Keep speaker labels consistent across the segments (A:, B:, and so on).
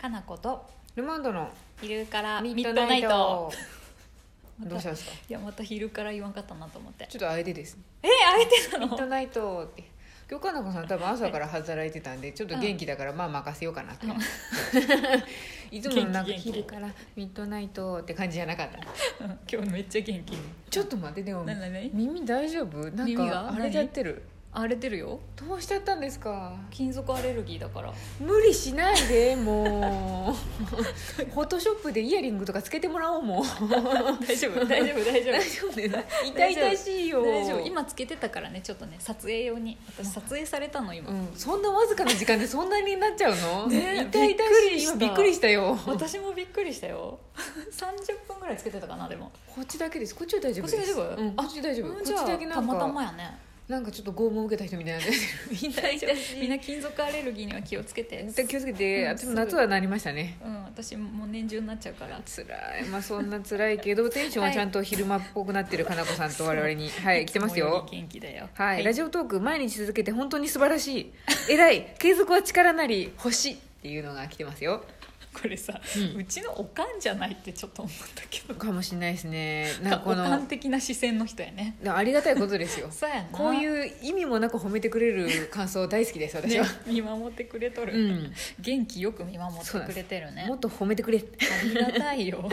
A: かなこと
B: ルマンドの
A: 昼から
B: ミ
A: ミ
B: ッ
A: ッ
B: ド
A: ド
B: ナ
A: ナ
B: イ
A: イ
B: ト
A: トまた
B: どうしたんですか
A: いやまた昼から言わんかったなと思って
B: ちょっとあえてですね
A: えー、相手
B: ミッ
A: な
B: ド
A: の
B: ナイトって今日かなこさん多分朝から働いてたんでちょっと元気だからまあ任せようかなって、
A: うん
B: いつもな
A: 元
B: んか
A: 気元気
B: 昼からミッドナイトって感じじゃなかった
A: うん今日めっちゃ元気
B: ちょっと待ってでも
A: なになに
B: 耳大丈夫なん
A: 耳が
B: か荒れちゃってる
A: 荒れてるよ
B: どうしちゃったんですか
A: 金属アレルギーだから
B: 無理しないで もうフォトショップでイヤリングとかつけてもらおうもう
A: 大丈 夫大丈夫大丈夫
B: 大丈夫ね痛々しいよ
A: 大丈夫今つけてたからねちょっとね撮影用に私撮影されたの今、
B: うん、そんなわずかな時間でそんなになっちゃうの
A: ね
B: 痛々
A: びっくり
B: しい
A: した
B: 今びっくりしたよ
A: 私もびっくりしたよ 30分ぐらいつけてたかなでも
B: こっちだけですこっちは大丈夫です
A: こっち大丈夫
B: うん、こっち大丈夫こ
A: う
B: っ
A: ん
B: ち
A: じゃあ
B: だけな
A: た
B: んか
A: またまやね
B: なんかちょっと拷問受けた人みたいになってる痛々しい
A: みんな金属アレルギーには気をつけて
B: 本 当に気をつけて、
A: うん
B: 私も夏はなりましたね
A: うん私もう年中になっちゃうから
B: 辛いまあそんな 辛いけどテンションはちゃんと昼間っぽくなってるか なこさんと我々にはい来てます
A: いつもよ
B: よ
A: り元気だよ
B: はい、ラジオトーク毎日続けて本当に素晴らしい偉い継続は力なり星っていうのが来てますよ
A: これさ、
B: うん
A: うちのおかんじゃないってちょっと思ったけど
B: かもしれないですねなんかこ
A: おかん
B: の
A: 的な視線の人やね
B: でもありがたいことですよ
A: そうやな
B: こう
A: う
B: いう意味もなく褒めてくれる感想大好きです私は、
A: 見守ってくれとる、
B: うん
A: 元気よく見守ってくれてる
B: もっ
A: ね
B: と褒めてくれ
A: ありがたい よ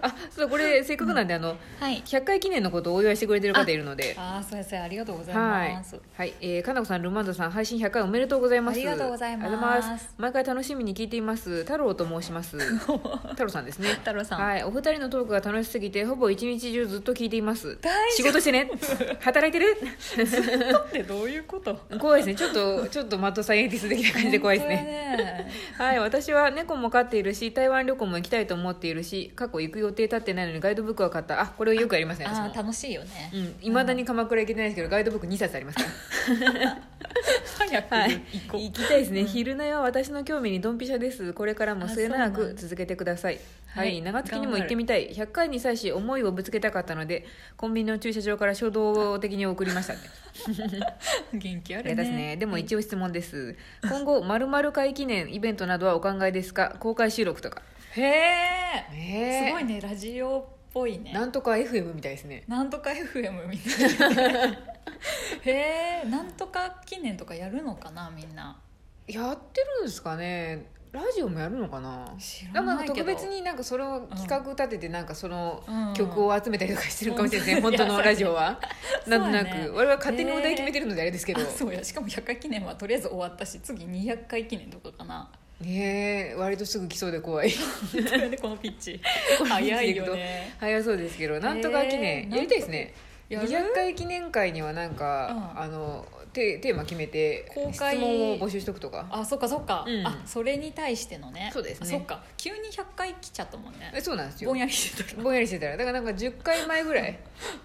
B: あそうこれせっかくなんで、あの
A: はい
B: 100回記念のことをお祝いしてくれてる方いるので
A: ああそうやそうやありがとうござい
B: はい
A: ます、、
B: はいえー、かなこさんルマンドさん配信100回おめでとうございます
A: ありがとうございます
B: ありがとうございます毎回楽しみに聞いています太郎と申します 太郎さんですね
A: 太郎さん、
B: はい、お二人のトークが楽しすぎてほぼ一日中ずっと聞いています
A: 大丈夫
B: 仕事してね働いてる
A: だってどういうこと
B: 怖いですねちょっとちょっとマットサイエンティス的な感じで怖いですね
A: 本当やね
B: はい私は猫も飼っているし台湾旅行も行きたいと思っているし過去行く予定立ってないのにガイドブックは買ったあこれをよくやりますね
A: あ
B: 私
A: あ
B: も
A: 楽しいよね、
B: いま、未だに鎌倉行けてないですけどガイドブック2冊ありますか
A: 早く
B: ら、はい、
A: 行こう、
B: 行きたいですね、昼寝は私の興味にドンピシャですこれからも末
A: あ
B: 永
A: そうな
B: く
A: んだ
B: 続けてくださいはい、
A: はい
B: 長月にも行ってみたい100回に際し思いをぶつけたかったのでコンビニの駐車場から衝動的に送りました、
A: 元気あ
B: あれ
A: る
B: で
A: ね
B: すね。でも一応質問です。今後まるまる会記念イベントなどはお考えですか？公開収録とか。
A: へえ
B: す
A: すごいねラジオっぽいね
B: なんとか FM みたいですね。
A: なんとか FM みたいな へえなんとか記念とかやるのかなみんな
B: やってるんですかね。ラジオもやるのかな。
A: 知
B: な
A: ら
B: んか
A: ないけど
B: 特別になんかその企画立ててなんかその
A: うん
B: 曲を集めたりとかしてるかもしれないですね。
A: うん
B: 本当のラジオは。
A: そ
B: な
A: うんやね
B: とな
A: そうやね
B: く我々勝手にお題決めてるのであれですけど
A: あ。そうやしかも100回記念はとりあえず終わったし次200回記念とかか な
B: ねえ割とすぐ来そう で怖い。
A: それでこのピッチ早いよね
B: 早そうですけどなんとか記念
A: えー
B: やりたいですね
A: なんとかやる
B: 200回記念会にはなんか、
A: うん
B: あのテテーマ決めて
A: 公
B: 質
A: 開
B: 問を募集しとくとか
A: あそっかそっか、
B: うん
A: あそれに対してのね
B: そうですね
A: あそっか急に100回来ちゃったもんね
B: えそうなんですよ
A: ぼんやりしてたけど
B: ぼんやりしてたらだからなんか10回前ぐらい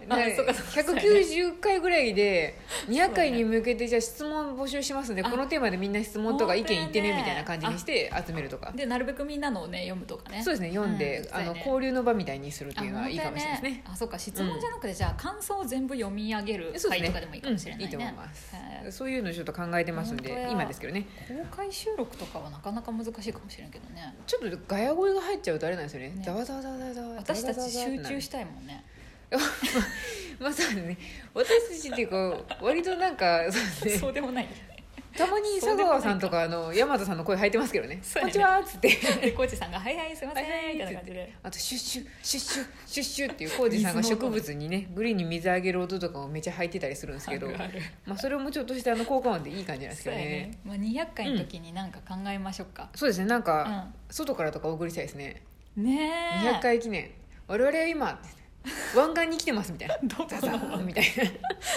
A: あ
B: ね
A: そうかそうか
B: 190回ぐらいで200回に向けてじゃあ質問募集しますんで、
A: あ
B: このテーマでみんな質問とか意見言ってねみ
A: 本当
B: たい
A: やね
B: な感じにして集めるとか
A: でなるべくみんなのをね読むとかね
B: そうですね読ん
A: う
B: で、
A: んそ
B: あの
A: うやね
B: 交流の場みたいにするっていうの
A: あ
B: はいいかもしれないですね
A: あそうか質問じゃなくて、じゃあ感想を全部読み上げる
B: そうで
A: 回
B: すね
A: とかでもいいかもしれないね、
B: うんいいと思います
A: へえ
B: そういうのちょっと考えてますん
A: 本当
B: で
A: や
B: 今ですけどね
A: 公開収録とかはなかなか難しいかもしれんけどね
B: ちょっとガヤ声が入っちゃうとあれなんですよね
A: ね
B: ざわざわざわざわざわ
A: 私たち集中
B: し
A: したいもんね
B: まあそうですね私たちっていうか割となんかそうです
A: そ
B: ね
A: うでもない
B: たまに佐川さんとかあの大和さんの声入ってますけどね「
A: そう
B: こん
A: や
B: に
A: ね
B: ちは」っつって
A: でコーチさんが「はいはいすいません」
B: はいはい
A: みたいな感じで
B: あとシュッシュシュッシュシュッシュっていう浩司さんが植物にねグリーンに水あげる音とかをめっちゃ入ってたりするんですけど
A: あるある
B: まあそれもちょっとしたあの効果音でいい感じなんですけ
A: そう
B: ど
A: や
B: ね
A: ね、まあ、200回の時に何か考えましょうか、
B: そうですねなん
A: う
B: か
A: ん
B: 外からとかお送りしたいですね
A: ねえ
B: 200回記念我々は今って湾岸に来てますみたいな
A: どこ
B: ザザ ーン
A: の
B: みたい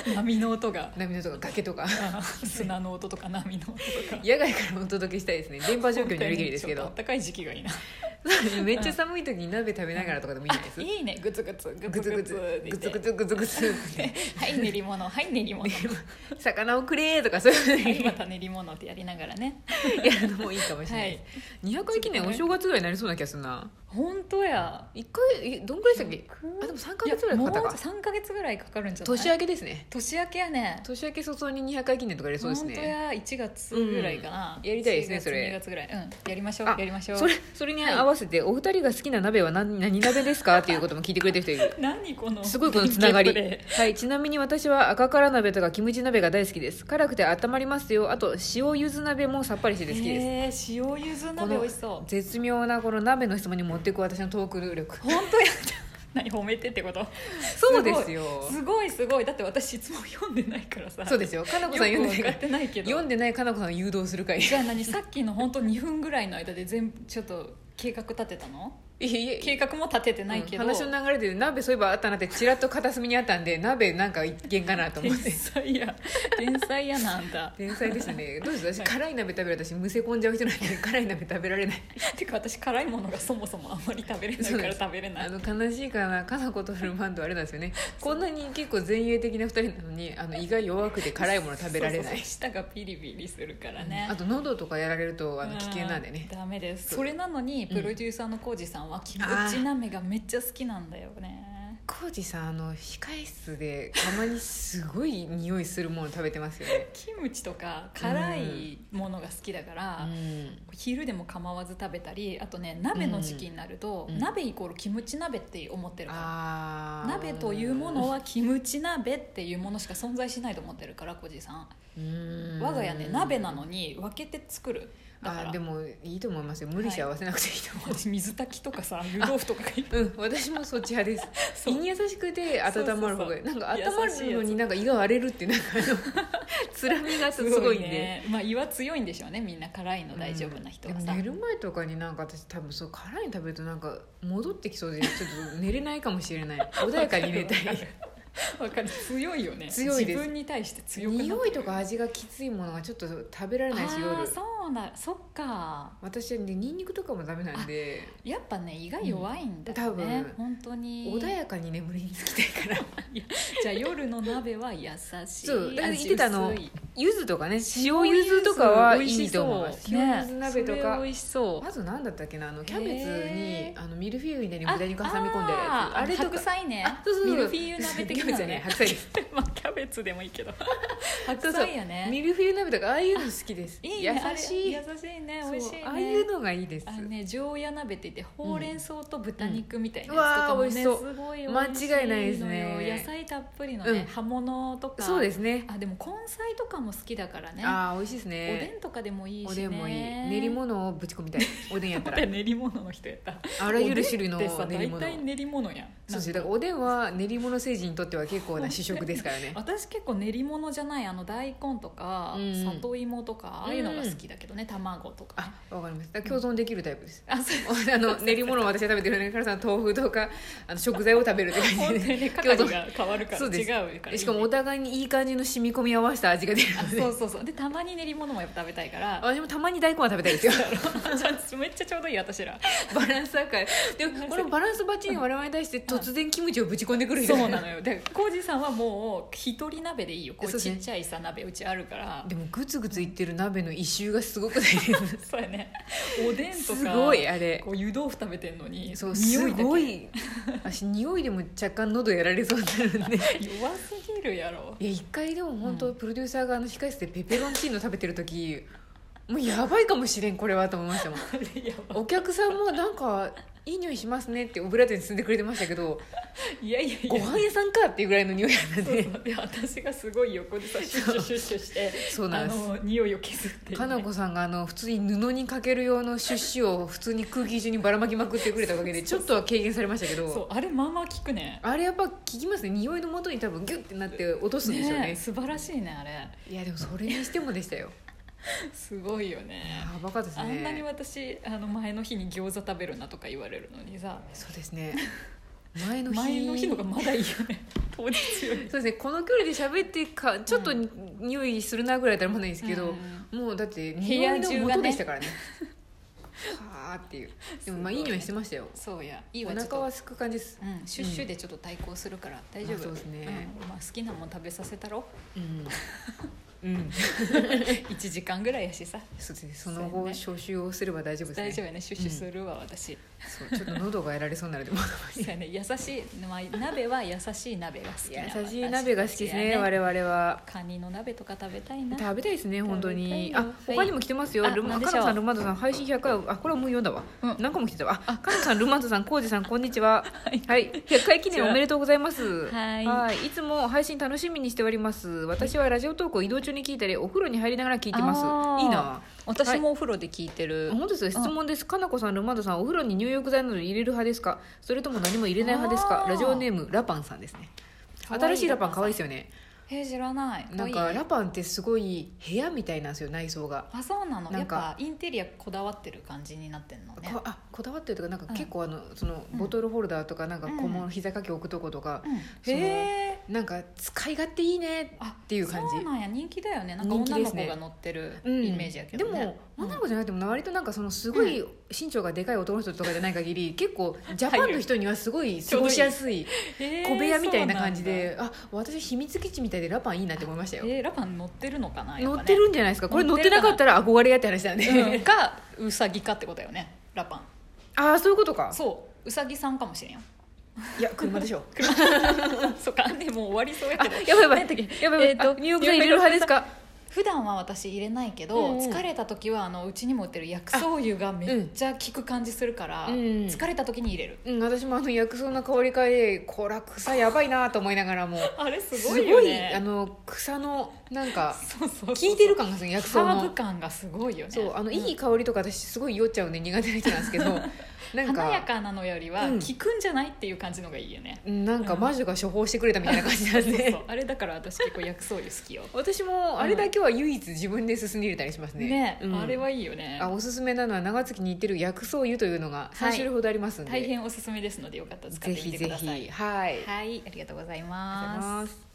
B: な
A: 波の音が
B: 波のとか崖とか
A: うん砂の音とか波の音 とか
B: 野外からお届けしたいですね電波状況によりきりですけ
A: ちょっ
B: ど
A: と暖かい時期がいいな
B: めっちゃ寒い時に鍋食べながらとかでもいいんじゃないです
A: いいねグツグツグ
B: グツ
A: ツ
B: グ
A: グツ
B: ツグツグツグツグツ
A: はい練り物はい練り物
B: 魚をくれーとかそう
A: は
B: いう
A: い
B: の
A: また練り物ってやりながらね
B: やるのもいいかもしれない
A: はい
B: 200回記念お正月ぐらいになりそうな気がするな
A: あ本当や
B: 一回えどんぐらいでしたっけあでも3か月ぐらいかかった
A: もう
B: か
A: 3か月ぐらいかかるんじゃない
B: 年明けですね
A: 年明けやね
B: 年明け早々に200回記念とかやりそうです
A: 本当
B: ね
A: や1月ぐらいかな、
B: うんやりたいですね
A: 1月
B: それ
A: 2月ぐらいうんやりましょう
B: あ
A: やりましょう
B: それそれに合わせてお二人が好きな鍋は何何鍋ですかっていうことも聞いてくれてる人いる
A: 何この
B: すごいこのつながり
A: 連携プレ
B: はいちなみに私は赤から鍋とかキムチ鍋が大好きです辛くて温まりますよあと塩ゆず鍋もさっぱりしてて好き
A: イ
B: です
A: へー塩ゆず鍋美味しそう
B: 絶妙なこの鍋の質問に持っていく私のトーク力
A: 本当や 何褒めてってこと
B: そうですよ
A: すごいすごいすごいだって私いつも読んでないからさ
B: そう
A: で
B: ですよかなこ
A: よ
B: さん読ん
A: く
B: で
A: 分か
B: ないか
A: らってないけど
B: 読んでないかなこさんを誘導する会 い
A: じゃあ何さっきの本当2分ぐらいの間で全部ちょっと計画立てたの
B: えいえ
A: 計画も立ててないけど、
B: うん話の流れで鍋そういえばあったなってちらっと片隅にあったんで鍋なんか一見かなと思
A: 天
B: って
A: 才や天才やなん だ
B: 天才ですねどうです私辛い鍋食べる私むせ込んじゃう人なんで辛い鍋食べられない
A: てか私辛いものがそもそもあんまり食べれない
B: そう
A: か
B: で
A: ら
B: す
A: 食べれな
B: あ
A: い
B: の悲しいかなかなことフルマンドあれなんですよねこんなに結構前衛的な2人なのにあの胃が弱くて辛いもの食べられない
A: そうそうそう舌がピリピリするからね、
B: あと喉とかやられるとあの危険なんでね
A: うダメです
B: そう
A: それなのに
B: うん
A: プロデューサーの浩二さんはキムチ鍋がめっちゃ好きなんだよね
B: 浩二さんあの控え室でたまにすごい匂いするもの食べてますよね、
A: キムチとか辛いものが好きだから、
B: うん
A: 昼でも構わず食べたりあとね鍋の時期になると、
B: うん
A: 鍋イコールキムチ鍋って思ってるか
B: あ
A: ら
B: ー
A: 鍋というものはキムチ鍋っていうものしか存在しないと思ってるから小じさん
B: うん
A: 我が家ね鍋なのに分けて作るだから
B: あでもいいと思いますよ無理して合わ せなくていいと思う、
A: 私水炊きとかさ湯豆腐とかいっ
B: うん私もそっち派です
A: そ
B: 胃
A: う
B: に優しくて温まる方がいい
A: そうそうそう
B: なんか温まるのになんか胃が荒れるってなんか あのつらみ がすごいんで
A: ねまあ胃は強いんでしょうねみんな辛いの大丈夫な人
B: うん
A: は
B: で
A: さ、
B: も寝る前とかになんか私多分そう辛いの食べるとなんか戻ってきそうでちょっと寝れないかもしれない穏やかに寝た
A: わか
B: い
A: るわかる強いよね
B: 強いです
A: 自分に対して強くな
B: 匂いとか味がきついものがちょっと食べられないし
A: あ
B: 夜
A: ーそうなそっか
B: 私はねニンニクとかもダメなんで
A: やっぱね胃が弱いんだ
B: うん多
A: よね、
B: 分
A: 本当に
B: 穏やかに眠りにつき たいから
A: じゃあ夜の鍋は優しい
B: そうだから
A: 味
B: 言ってたあの
A: 薄い
B: 柚子とかね塩柚子とかはいいと思います
A: 美味しそう
B: 塩柚子鍋と
A: ねそ
B: か
A: れ美味しそう
B: まず何だったっけなあのキャベツに
A: へー
B: あのミルフィーユみたいに豚肉挟み込んでるや
A: あ
B: つあ
A: ー
B: れと
A: 白
B: か
A: 菜ね
B: あそうそうそう
A: ミルフィーユ鍋的
B: キャベ
A: な
B: ツじゃない白菜です
A: まあキャベツでもいいけ ど
B: そ
A: 白
B: うそう
A: 菜やね
B: ミルフィーユ鍋とかああいうの好きです
A: いいねあ
B: 優
A: れ
B: しい
A: 優しいね
B: そう
A: 美味しいね
B: ああいうのがいいです
A: あのね常夜鍋って言ってほうれん草と豚肉みたいな
B: うん
A: やつとかも
B: うわー美味
A: ね、
B: しそう
A: すごい美味しいのよ
B: 間違いないですね
A: 野菜たっぷりのね、
B: うん
A: 葉物とか
B: そうですね
A: あでも根菜とかも好きだからね
B: ああ美味しいです
A: おで
B: ね
A: んとかでもいいし、ね、
B: おでんもいい練り物をぶち込みたいおでんやった
A: だっ
B: ら
A: て練り物の人やった
B: あらゆる種類の
A: おでんってさ
B: 練り物
A: 大体練り物やん
B: そうですねだ
A: なんか
B: か
A: ら
B: おでんは練り物成人にとっては結構な主食ですから ね
A: 私結構練り物じゃないあの大根とか、
B: うんうん
A: 里芋とかああいうのが好きだけどね、卵とかね
B: あわかりますだから共存できるタイプです
A: あそう
B: あの練り物を私は食べてるねからさん豆腐とかあの食材を食べるって感
A: 本
B: じ
A: 当
B: で
A: にね係が変わるから
B: そう
A: 違
B: で
A: う
B: す
A: からいいね
B: しかもお互いにいい感じの染み込み合わせた味が出る
A: あ
B: ので
A: そうそうそうでたまに練り物もやっぱ食べたいから
B: 私もたまに大根は食べたいですよ
A: ちょめっちゃちょうどいい私ら
B: バランス高いでもこのバランスバッチリ我々に対して突然キムチをぶち込んでくる人
A: そうなのよだから浩二さんはもう一人鍋でいいよこ
B: そううです
A: ち
B: ね
A: っちゃいさ鍋うちあるから
B: でもグツグツいってる鍋の異臭がすごくないですか
A: そうやねおでんとか
B: すごいあれ
A: こう湯豆腐食べてんのに
B: そう
A: 匂
B: す
A: いだけ
B: ごい私匂いでも若干喉やられそうになるん で
A: 弱すぎるやろ
B: いや一回でも本当、
A: うん
B: プロデューサーがあの控室でペペロンチーノ食べてる時もうやばいかもしれんこれはと思いました もん
A: あれやば
B: お客さんもなんかいい匂いしますねってオブラートに包んでくれてましたけど
A: いやいやいや
B: ご飯屋さんかっていうぐらいの匂いなん
A: そう
B: で
A: そうで私がすごい横でさシュッシュッシュッシュして
B: そうな
A: あ
B: んです
A: の匂いを削ってね
B: かなこさんがあの普通に布にかける用の出資を普通に空気中にばらまきまくってくれたおかげでちょっとは軽減されましたけ
A: そう
B: ど
A: あれまあまあ効くね
B: あれやっぱ効きますね匂いのもとに多分ギュッてなって落とすんでしょうね
A: ね素晴らしいねあれ
B: いやでもそれにしても でしたよ
A: すごいよね
B: やばかったです
A: あんなに
B: ね
A: 私あの前の日に餃子食べるなとか言われるのにさ
B: そうですね前の日
A: 前の日のがまだいいよね当日より
B: そうですねこの距離で喋ってかちょっとに匂いするなぐらいだったらまだいいですけど、もうだって
A: 部屋
B: 匂
A: 中がね
B: いの元でしたからねはあっていうでもまあ
A: す
B: い
A: ごい
B: い匂いしてましたよ
A: そうやいい
B: お
A: わちょっ
B: 腹
A: と
B: はすく感じです、
A: うん、シュッシュでちょっと対抗するから大丈夫、
B: まあそうですね
A: うんまあ、好きなもん食べさせたろ
B: うん、うん
A: 1時間ぐらいやしさ
B: そうですねその後消臭をすれば大丈夫ですね
A: 大丈夫やねシュッシュするわ、私
B: そうちょっと喉がやられそうになるでも
A: そうやね優しい、まあ、鍋は優しい鍋が好きな
B: 優しい鍋が好きで
A: 私
B: すね
A: たちや
B: 我々は
A: カニの鍋とか食べたいな
B: 食べたいですね本当に
A: 食
B: あ
A: べたいよ
B: 他にも来てますよ
A: はい
B: ルマ
A: あなん
B: カナ
A: でしょ
B: さ
A: うん
B: ルマンドさん配信100回あこれはもう読んだわ、
A: うん
B: 何個も来てたわあカナさんルマンドさんコウジさんこんに ちははい100回記念おめでとうございます
A: はい
B: いいつも配信楽しみにしております私はラジオトークを移動中に聞いたりお風呂に入りながら聞いて
A: あ
B: ま
A: ー
B: すいいな
A: 私もお風呂で聞いてる、
B: 本当ですよ質問ですかなこさんルマンドさんお風呂に入浴剤など入れる派ですかそれとも何も入れない派ですか
A: あー
B: ラジオネームラパンさんですね
A: 可愛い
B: 新しいラパン可愛いですよね
A: えー知らない
B: なん
A: どう
B: か
A: いう
B: ラパンってすごい部屋みたいなんですよ内装が、
A: あそうなの
B: なんか
A: やっぱインテリアこだわってる感じになってんのね
B: こあこだわってるとかなんか
A: うん
B: 結構あの、その
A: うん
B: ボトルホルダーとかなんか
A: うん
B: 小物膝掛け置くとことか、
A: うん
B: その
A: へえ
B: なんか使い勝手いいね
A: あ
B: っていう感じ
A: そうなんや人気だよねなんか
B: 人気
A: 女
B: で
A: の
B: すね
A: 子が乗ってる
B: うん
A: イメージやけどね、
B: でも女の子じゃなくても割となんかそのすごい身長がでかい男の人とかじゃない限り、 結構ジャパンの人にはすごい過ごしやすい
A: へー
B: 小部屋みたいな感じ
A: そう
B: で、あ私秘密基地みたいでラパンいいなって思いましたよ、
A: なんだえーラパン乗ってるのかなやぱ
B: 乗
A: ね
B: ってるんじゃないですかこれ乗
A: 乗
B: っ
A: っててるか
B: な
A: な
B: かったら憧れやって話だ
A: うん
B: ね、
A: かウサギかってことよねラパン
B: ああそういうことか
A: そうウサギさんかもしれん よ
B: いや車でしょ
A: そっかねもう終わりそうや
B: あ
A: けど
B: やばいやばいやばい
A: え
B: や
A: ー
B: ばい
A: と
B: あ入浴剤入れる派ですか
A: 普段は私入れないけど、
B: うんうん
A: 疲れた時はあのうちにも売ってる薬草湯がめっちゃ効く感じするから、
B: うん
A: 疲れた時に入れる
B: うん私もあの薬草の香り嗅いでこら草やばいなと思いながらも
A: あれす
B: す
A: ご
B: ご
A: い
B: い
A: よ
B: あ
A: ね
B: の草のなんか
A: そうそう
B: 効いてる感がする薬草
A: ハーブ
B: の
A: 感がすごいよね
B: そうあの
A: ん
B: いい香りとか私すごい酔っちゃうんで苦手な人なん ですけどなん
A: 華や
B: か
A: かなのよりは
B: うん
A: 効くんじゃないっていう感じのがいいよね、
B: うんなんか魔女が処方してくれたみたいな感じなん
A: そう
B: で
A: そうあれだから私結構薬草湯好きよ
B: 私もあれだけは唯一自分で進んで入れたりしますね
A: ね
B: うん
A: あれはいいよね
B: あおすすめなのは長月に行ってる薬草湯というのが3種類ほどありますんで、
A: 大変おすすめですのでよかったら使っ
B: ぜ
A: てみて
B: ひぜ
A: ください
B: ひはい、ありがとう
A: はいありがとうござい
B: ござい
A: ま
B: ますす